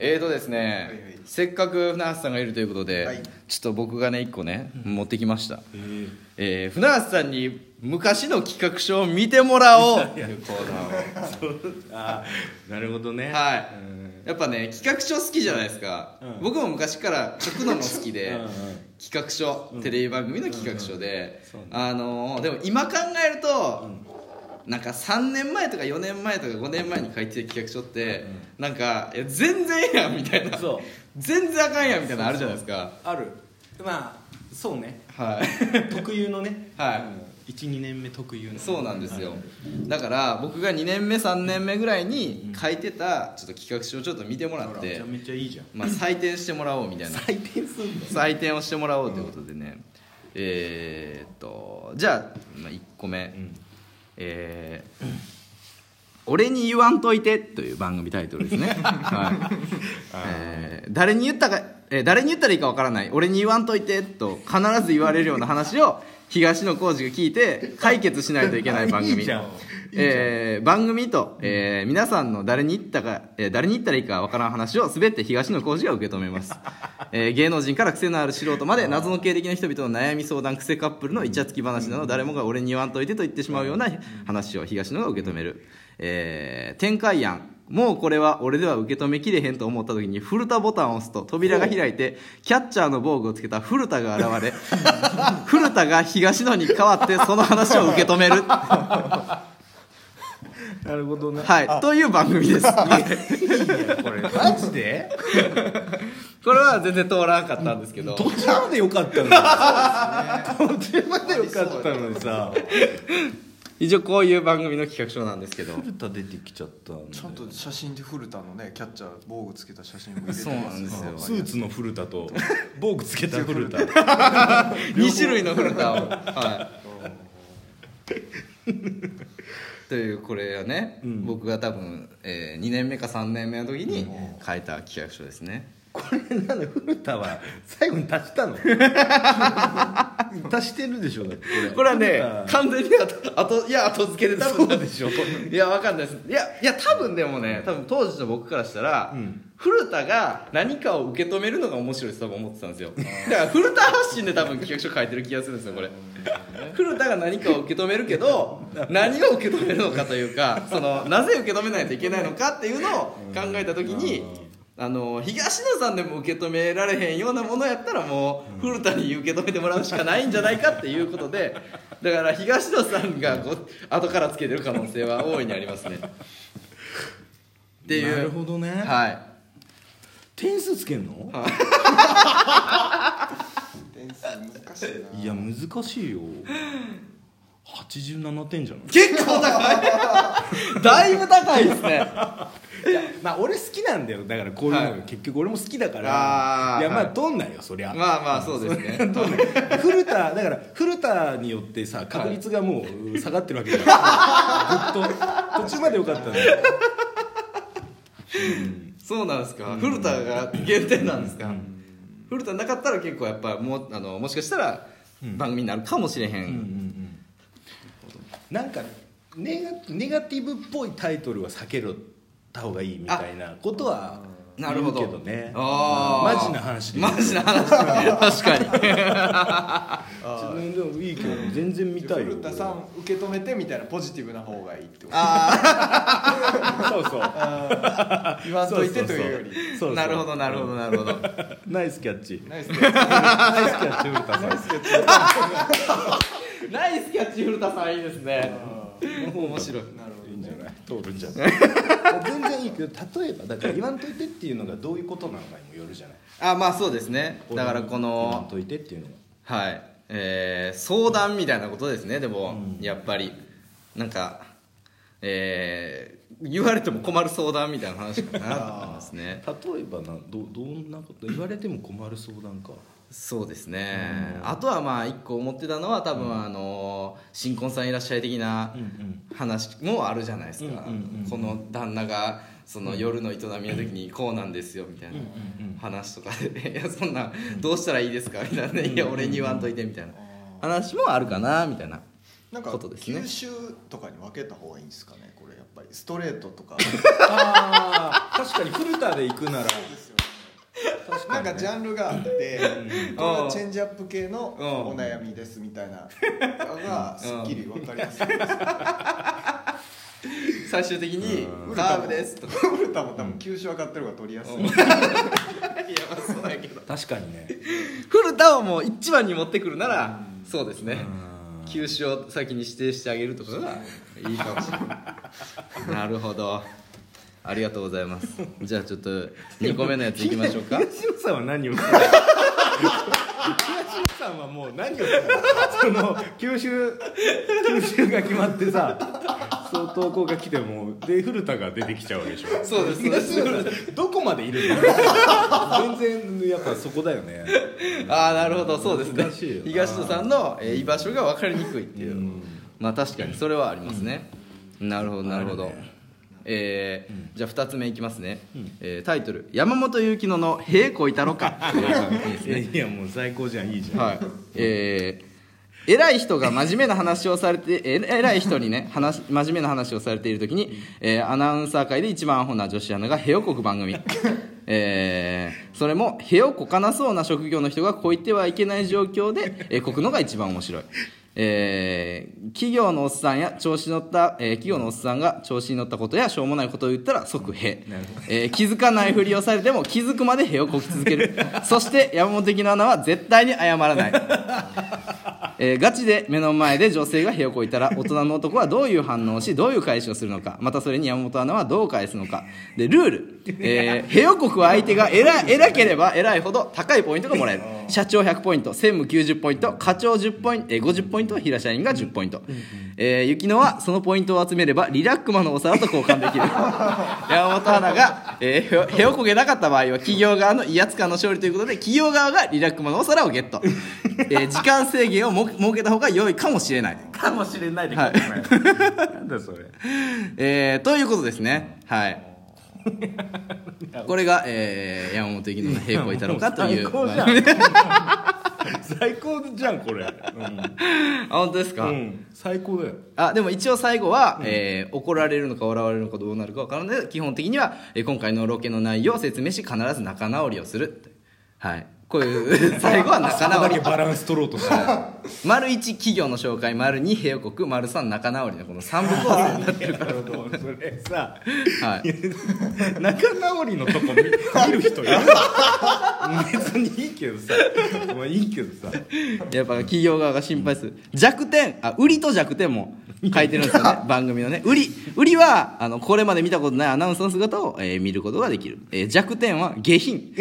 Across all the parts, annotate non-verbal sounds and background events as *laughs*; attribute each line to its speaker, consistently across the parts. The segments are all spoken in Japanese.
Speaker 1: えーとですね、
Speaker 2: はいはい
Speaker 1: せっかく船橋さんがいるということで、
Speaker 2: はい
Speaker 1: ちょっと僕がね一個ね、持ってきました、えー船橋さんに昔の企画書を見てもらおう
Speaker 3: あーなるほどね
Speaker 1: はい
Speaker 3: うん
Speaker 1: やっぱね企画書好きじゃないですか、
Speaker 3: うん
Speaker 1: 僕も昔から書くのも好きで
Speaker 3: うんうん
Speaker 1: 企画書、テレビ番組の企画書で、
Speaker 3: そうね
Speaker 1: あのーでも今考えると、なんか3年前とか4年前とか5年前に書いてた企画書って、なんかいや全然ええやんみたいな
Speaker 3: そう
Speaker 1: 全然あかんやんみたいなのあるじゃないですか
Speaker 3: あるまあそうね *laughs*
Speaker 1: はい *laughs*
Speaker 3: 特有のね
Speaker 1: はい
Speaker 3: 12年目特有の
Speaker 1: そうなんですよだから僕が2年目3年目ぐらいに書いてたちょっと企画書をちょっと見てもらっ
Speaker 3: め
Speaker 1: て
Speaker 3: ちゃ、めちゃいいじゃん
Speaker 1: まあ、採点してもらおうみたいな
Speaker 3: 採点すんの
Speaker 1: 採点をしてもらおうということでね、えーっとじゃあ、まあ、1個目、えー俺に言わんといて」という番組タイトル
Speaker 3: *laughs*
Speaker 1: ですね、はいえー誰に言ったか、えー誰に言ったらいいかわからない「俺に言わんといて」と必ず言われるような話を東野幸治が聞いて解決しないといけない番組
Speaker 3: いいじゃん
Speaker 1: えー番組と、えー皆さんの誰に言ったか、えー誰に言ったらいいかわからん話を全て東野幸治が受け止め
Speaker 3: *laughs*
Speaker 1: ます、えー芸能人から癖のある素人まで謎の経歴の人々の悩み相談癖カップルのイチャつき話など誰もが俺に言わんといてと言ってしまうような話を東野が受け止める、えー展開案もうこれは俺では受け止めきれへんと思った時に古田ボタンを押すと扉が開いてキャッチャーの防具をつけた古田が現れ *laughs* 古田が東野に代わってその話を受け止める
Speaker 3: なるほどね
Speaker 1: はい、という番組です。
Speaker 3: *laughs*
Speaker 1: *laughs*
Speaker 3: これマジで
Speaker 1: これは全然通らなかったんですけど、
Speaker 3: 途中まで良かったのに途中まで良かったのにさ
Speaker 1: 一応こういう番組の企画書なんですけど、
Speaker 3: 古田出てきちゃったんだよ
Speaker 2: ちゃんと写真で古田のねキャッチャー防具つけた写真も入れてます
Speaker 1: そうなんですよ
Speaker 3: スーツの古田 *laughs* と防具つけた古田
Speaker 1: 2種類の古田を。はい、というこれはね、
Speaker 3: うん
Speaker 1: 僕が多分、え2年目か3年目の時に書いた企画書ですね。
Speaker 3: これなんだ古田 *laughs* は最後に足 *laughs* したの足してるでしょだって
Speaker 1: これはね
Speaker 3: 古、田
Speaker 1: 完全に後後いや後付けで多
Speaker 3: そう
Speaker 1: 分
Speaker 3: でしょ
Speaker 1: いやわかんないですいやいや多分でもね多分当時の僕からしたら、
Speaker 3: うん
Speaker 1: 古田が何かを受け止めるのが面白いって多分思ってたんですよだから古田発信で多分企画書書いてる気がするんですよこれ古田が何かを受け止めるけど何を受け止めるのかというかそのなぜ受け止めないといけないのかっていうのを考えた時に、あの東野さんでも受け止められへんようなものやったらもう古田に受け止めてもらうしかないんじゃないかっていうことでだから東野さんがこう後からつけてる可能性は大いにありますね。っていう
Speaker 3: なるほどね
Speaker 1: はい
Speaker 3: 点数つけんの
Speaker 2: 点数難しい
Speaker 3: いや難しいよ87点じゃない
Speaker 1: 結構高い *laughs* だいぶ高いですね
Speaker 3: まあ俺好きなんだよだからこういうのが、
Speaker 1: はい
Speaker 3: 結局俺も好きだか
Speaker 1: あ
Speaker 3: ら
Speaker 1: ー
Speaker 3: いやまあ
Speaker 1: はい
Speaker 3: どんなんよそりゃ、
Speaker 1: まあまあそうですね
Speaker 3: どんなん古田だから古田によってさ確率がもう下がってるわけじゃんずっと途中まで良かったんだよ
Speaker 1: そうなんですか古田が限定なんですか古田なかったら結構やっぱもうあのもしかしたら番組になるかもしれへん、
Speaker 3: なんかネガネガティブっぽいタイトルは避けろた方がいいみたいなことは
Speaker 1: なるほど
Speaker 3: 言うけどね
Speaker 1: あー
Speaker 3: マジな話で言う
Speaker 1: マジな話 *laughs* 確かに
Speaker 3: ちょっとでもいいけど全然見たいよ
Speaker 2: 古田さん受け止めてみたいなポジティブな方がいいってこと
Speaker 3: そうそう
Speaker 2: 言わんといてというより
Speaker 3: そうそう
Speaker 1: なるほどなるほどなるほど
Speaker 3: ナイスキャッチ
Speaker 2: ナイスです
Speaker 3: ナイスキャッチ古田さん
Speaker 1: ナイスキャッチ古田さんいいですね面白い
Speaker 2: なるほ
Speaker 3: い
Speaker 2: ど *laughs*
Speaker 3: いんじゃ
Speaker 2: ね
Speaker 3: ない通るんじゃない全然いいけど例えばだから言わんといてっていうのがどういうことなのかにもよるじゃない
Speaker 1: あまあそうですねだからこ
Speaker 3: 言わん
Speaker 1: の
Speaker 3: といてっていうのが
Speaker 1: はい、えー相談みたいなことですねでも、
Speaker 3: うん
Speaker 1: やっぱりなんか、えー言われても困る相談みたいな話かなと思いますね
Speaker 3: 例えばなどどんなこと言われても困る相談か
Speaker 1: そうですね、あとはまあ一個思ってたのは多分、あの新婚さんいらっしゃい的な話もあるじゃないですか、
Speaker 3: うんうんうん
Speaker 1: この旦那がその夜の営みの時にこうなんですよみたいな話とかで「い *laughs* やそんなどうしたらいいですか?」みたいな「いや俺に言わんといて」みたいな話もあるかなみたいな。
Speaker 2: なん
Speaker 1: こ
Speaker 2: か
Speaker 1: とですね
Speaker 2: 九州とかに分けた方がいいんですかねこれやっぱりストレートとか
Speaker 3: あー確かに古田がで行くなら
Speaker 2: なんかジャンルがあってこれはチェンジアップ系の
Speaker 1: うん
Speaker 2: お悩みですみたいなのがすっきり分かりやすい
Speaker 1: 最終的に「カーブです」とか
Speaker 2: ウルタも多分球種分かってる方が取りやすい
Speaker 1: いやまあそう *laughs* やけど
Speaker 3: 確かにね
Speaker 1: 古田をもう一番に持ってくるならそうですね球種を先に指定してあげるとかがいいかもしれ *laughs* ないなるほどありがとうございますじゃあちょっと2個目 *laughs* のやついきましょうか
Speaker 3: 東野さんは何をした東野さんはもう何をしたのその吸収吸収が決まってさそう投稿が来てもで古田が出てきちゃうわけでしょ
Speaker 1: そうですそうです
Speaker 3: どこまでいるんだ全然やっぱそこだよね
Speaker 1: *laughs* ああなるほどそうですね
Speaker 3: 難しいよな
Speaker 1: 東野さんの、えー居場所が分かりにくいっていうまあ確かにそれはありますね、なるほどなるほど、えーじゃあ2つ目いきますね、えータイトル「山本由紀乃の *laughs* 平こいたろか」 *laughs* いいです
Speaker 3: い
Speaker 1: ね
Speaker 3: やいやもう最高じゃんいいじゃん、
Speaker 1: はい、えー偉い人が真面目な話をされて、えー偉い人にね、話、真面目な話をされているときに、えーアナウンサー界で一番アホな女子アナがへをこく番組。えーそれも、へをこかなそうな職業の人がこう言ってはいけない状況で、えーこくのが一番面白い。えー企業のおっさんや調子に乗った、えー企業のおっさんが調子に乗ったことやしょうもないことを言ったら即へ
Speaker 3: なるほど、
Speaker 1: えー気づかないふりをされても気づくまでへをこき続け
Speaker 3: *laughs*
Speaker 1: るそして山本的な穴は絶対に謝らない、えーガチで目の前で女性がへをこいたら大人の男はどういう反応をしどういう返しをするのかまたそれに山本アナはどう返すのかでルール、えー、へをこくは相手が偉い偉ければ偉いほど高いポイントがもらえる社長100ポイント専務90ポイント課長10ポイント、えー50ポイント平社員が10ポイント、えー、雪乃はそのポイントを集めればリラックマのお皿と交換で
Speaker 3: *laughs*
Speaker 1: きる山本アナが、えーへをへをこげなかった場合は企業側の威圧感の勝利ということで企業側がリラックマのお皿をゲ
Speaker 3: *laughs*
Speaker 1: ット、えー時間制限をも設けた方が良いかもしれない
Speaker 3: かもしれないで
Speaker 1: はい
Speaker 3: なんだそれ
Speaker 1: えーということですね
Speaker 3: *laughs*
Speaker 1: はいこれが、えー、山本由紀乃の平行いたろうかという
Speaker 3: 最高
Speaker 1: *laughs*
Speaker 3: じゃん最高じゃんこれ、
Speaker 1: あ本当です
Speaker 3: う
Speaker 1: か、
Speaker 3: んうん、最高だよ
Speaker 1: あでも一応最後は、えー怒られるのか笑われるのかどうなるか分からないので基本的には、えー今回のロケの内容を説明し必ず仲直りをするはいこういう *laughs* 最後は仲直
Speaker 3: だ
Speaker 1: り
Speaker 3: けバランス取ろうとした
Speaker 1: 丸1企業の紹介丸2平国丸3仲直りのこの3部構成に *laughs* なってる
Speaker 3: なるほどそれさ *laughs*
Speaker 1: はい
Speaker 3: 仲直りのとこ見見る人いる別にいいけどさまあいいけどさ
Speaker 1: やっぱ企業側が心配する弱点あ売りと弱点も書いてるんですよね番組のね売り売りはあのこれまで見たことないアナウンスの姿を、えー見ることができる、えー弱点は下品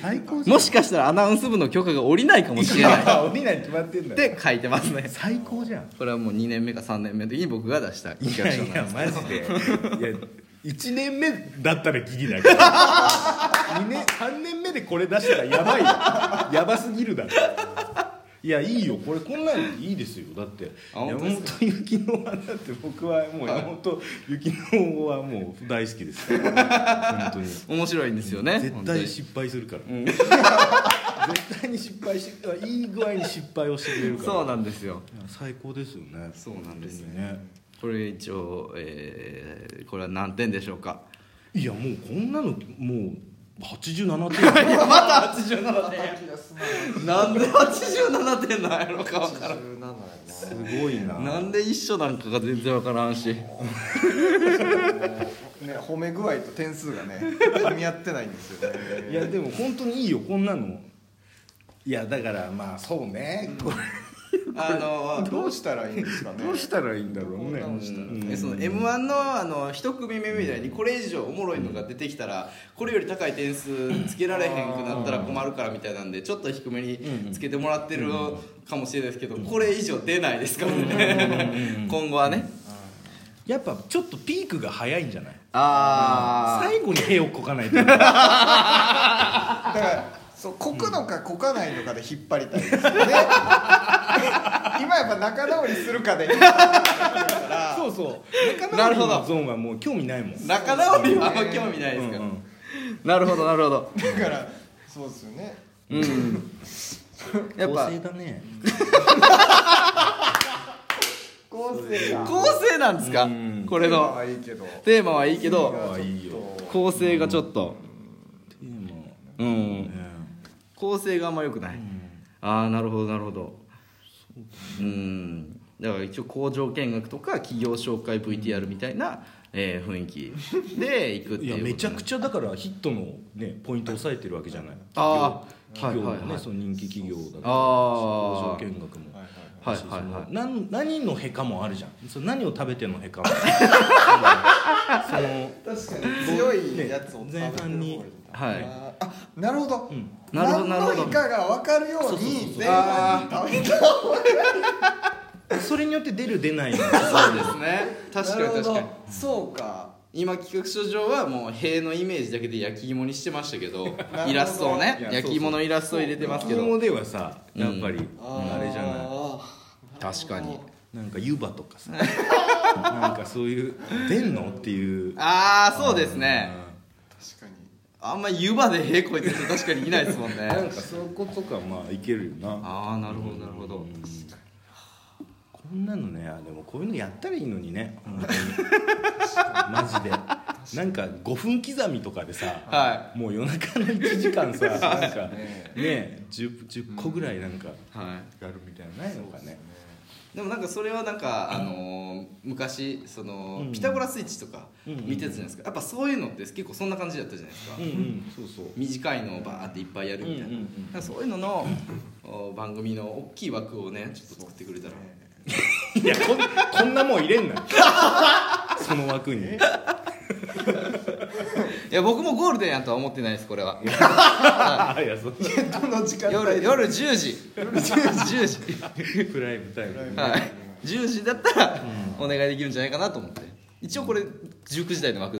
Speaker 3: 最高じゃん
Speaker 1: もしかしたらアナウンス部の許可が下りないかもしれないっ
Speaker 3: *laughs* 降りないに決まってんだよ
Speaker 1: て書いてますね
Speaker 3: 最高じゃん
Speaker 1: これはもう2年目か3年目の時に僕が出した企
Speaker 3: い
Speaker 1: 画
Speaker 3: や
Speaker 1: 書なん
Speaker 3: い
Speaker 1: で
Speaker 3: や
Speaker 1: す
Speaker 3: マジでいや1年目だったらギリだけど2年3年目でこれ出したらやばいよやばすぎるだろいやいいよこれこんなんいいですよだって
Speaker 1: あ
Speaker 3: 山
Speaker 1: 本当
Speaker 3: 本由紀乃はだって僕はもう山本由紀乃はもう大好きですから本当に
Speaker 1: 面白いんですよね
Speaker 3: 絶
Speaker 1: 本当に
Speaker 3: 対失敗するから、絶対に失敗しいい具合に失敗をしてくれるから
Speaker 1: そうなんですよ
Speaker 3: いや最高ですよね
Speaker 1: そうなんですね
Speaker 3: 本当にね
Speaker 1: これ一応、えーこれは何点でしょう *laughs* か
Speaker 3: いやもうこんなのもう87点
Speaker 1: また87点なんで87点なんやろか分からん
Speaker 2: 17やな
Speaker 3: すごいな
Speaker 1: なんで一緒なんかが全然分からんし
Speaker 2: ね、褒め具合と点数がね噛み合ってないんですよね
Speaker 3: いやでも本当にいいよこんなのいやだからまあそうねこ
Speaker 1: あの
Speaker 2: どうしたらいいんですかね
Speaker 3: れどうしたらいいんだろうね
Speaker 2: どうしたら
Speaker 3: うん
Speaker 1: えその m 1のあの一組目みたいにこれ以上おもろいのが出てきたらこれより高い点数つけられへんくなったら困るからみたいなんでちょっと低めにつけてもらってるかもしれないですけどこれ以上出ないですからね今後はね
Speaker 3: やっぱちょっとピークが早いんじゃない
Speaker 1: あ
Speaker 3: 最後に絵をこかないと
Speaker 2: だからそうこくのかこかないのかで引っ張りたいですよね今やっぱ仲直りするかで引っ張りたいか
Speaker 3: *laughs*
Speaker 2: ら
Speaker 3: そうそう仲
Speaker 1: な
Speaker 3: 直
Speaker 1: る
Speaker 3: り
Speaker 1: ほ
Speaker 3: の
Speaker 1: ど
Speaker 3: ゾーンはもう興味ないもん
Speaker 1: あ仲直りはあんま興味ないですから
Speaker 3: うんうん
Speaker 1: なるほどなるほど
Speaker 2: だからそうですよね
Speaker 1: うんやっぱ
Speaker 3: 構成だね
Speaker 2: 構成が
Speaker 1: 構成なんですか
Speaker 3: うん
Speaker 1: これ
Speaker 2: テーマ
Speaker 1: の
Speaker 2: はいいけど
Speaker 1: テーマはいいけ
Speaker 2: テーマ
Speaker 1: ど
Speaker 2: はちょっと
Speaker 1: 構成がちょっと
Speaker 3: テーマ
Speaker 1: うん
Speaker 3: ね
Speaker 1: 構成があんま良くない、ああなるほどなるほどうんだから一応工場見学とか企業紹介 VTR みたいな、えー雰囲気で行くって
Speaker 3: い
Speaker 1: いう
Speaker 3: やめちゃく
Speaker 1: ゃ
Speaker 3: ちゃだからヒットの、ね、ポイントを抑えてるわけじゃない
Speaker 1: あー
Speaker 3: 企業
Speaker 1: はいは
Speaker 3: 企業
Speaker 1: い
Speaker 3: の
Speaker 1: は
Speaker 3: ね
Speaker 1: い
Speaker 3: その人気企業だとか
Speaker 1: あー
Speaker 3: 工場見学も
Speaker 2: はいはい
Speaker 1: はい
Speaker 3: し
Speaker 1: はい
Speaker 3: その
Speaker 1: はい
Speaker 3: なん何のへかもあるじゃんその何を食べてのへかもその
Speaker 2: 確かに強いやつを食べてる
Speaker 3: 前半に
Speaker 2: 方がいいな
Speaker 1: は
Speaker 2: あなるほど、
Speaker 1: *laughs* なるほどなるほど
Speaker 2: 何のイカが分かるよう
Speaker 3: そうそうそう
Speaker 2: に
Speaker 3: そう
Speaker 2: 前半に食べた方が
Speaker 3: それによって出る出ないの
Speaker 1: そうですね確かに
Speaker 2: なる
Speaker 1: 確か
Speaker 2: ほど
Speaker 1: に
Speaker 2: そうか
Speaker 1: 今企画書上はもう塀のイメージだけで焼き芋にしてました
Speaker 3: *laughs*
Speaker 1: けど
Speaker 2: ほど
Speaker 1: イラストを
Speaker 3: い
Speaker 1: ね
Speaker 3: や
Speaker 1: 焼き芋のイラストを入れてますけ
Speaker 3: 子供
Speaker 1: ど
Speaker 3: ではさやっぱり、
Speaker 2: ー
Speaker 3: あれじゃない
Speaker 1: 確かに
Speaker 3: なんか湯葉と
Speaker 1: *laughs*
Speaker 3: かさなんかそういう出んのっていう
Speaker 1: ああそうですね
Speaker 2: 確かに
Speaker 1: あんま湯葉で塀こいてる人確かにいないですもんね
Speaker 3: *laughs* なんかそことかまあいけるよな
Speaker 1: ああなるほどなるほど
Speaker 3: こんなのねあでもこういうのやったらいいのにね本
Speaker 1: *laughs*
Speaker 3: 当にマジでなんか5分刻みとかでさ、
Speaker 1: は
Speaker 3: もう夜中の1時 *laughs* 間さなんかね 10, 10個ぐらいなんか
Speaker 1: は
Speaker 3: やるみたいなのないのかね
Speaker 1: いでもなんかそれはなんか、あのー昔その、
Speaker 3: うん
Speaker 1: ピタゴラスイッチとか
Speaker 3: うんうん
Speaker 1: 見てたじゃないですかやっぱそういうのって結構そんな感じだったじゃないですか、
Speaker 3: うんうんそうそう
Speaker 1: 短いのをバーっていっぱいやるみたいな、
Speaker 3: うんうんうん
Speaker 1: だからそういうののお番組の大きい枠をねちょっと作ってくれたら、
Speaker 3: いやこんこんなもん入れ *laughs* んなその枠にい
Speaker 1: いや僕もゴールデンやとは思ってないですこれは
Speaker 3: やそんな *laughs*
Speaker 2: どの時間
Speaker 1: 夜
Speaker 2: 帯
Speaker 1: 夜10時10時
Speaker 3: プライムタイム
Speaker 2: プライ
Speaker 1: はい10時だったらお願いできるんじゃないかなと思って一応これ19時台の枠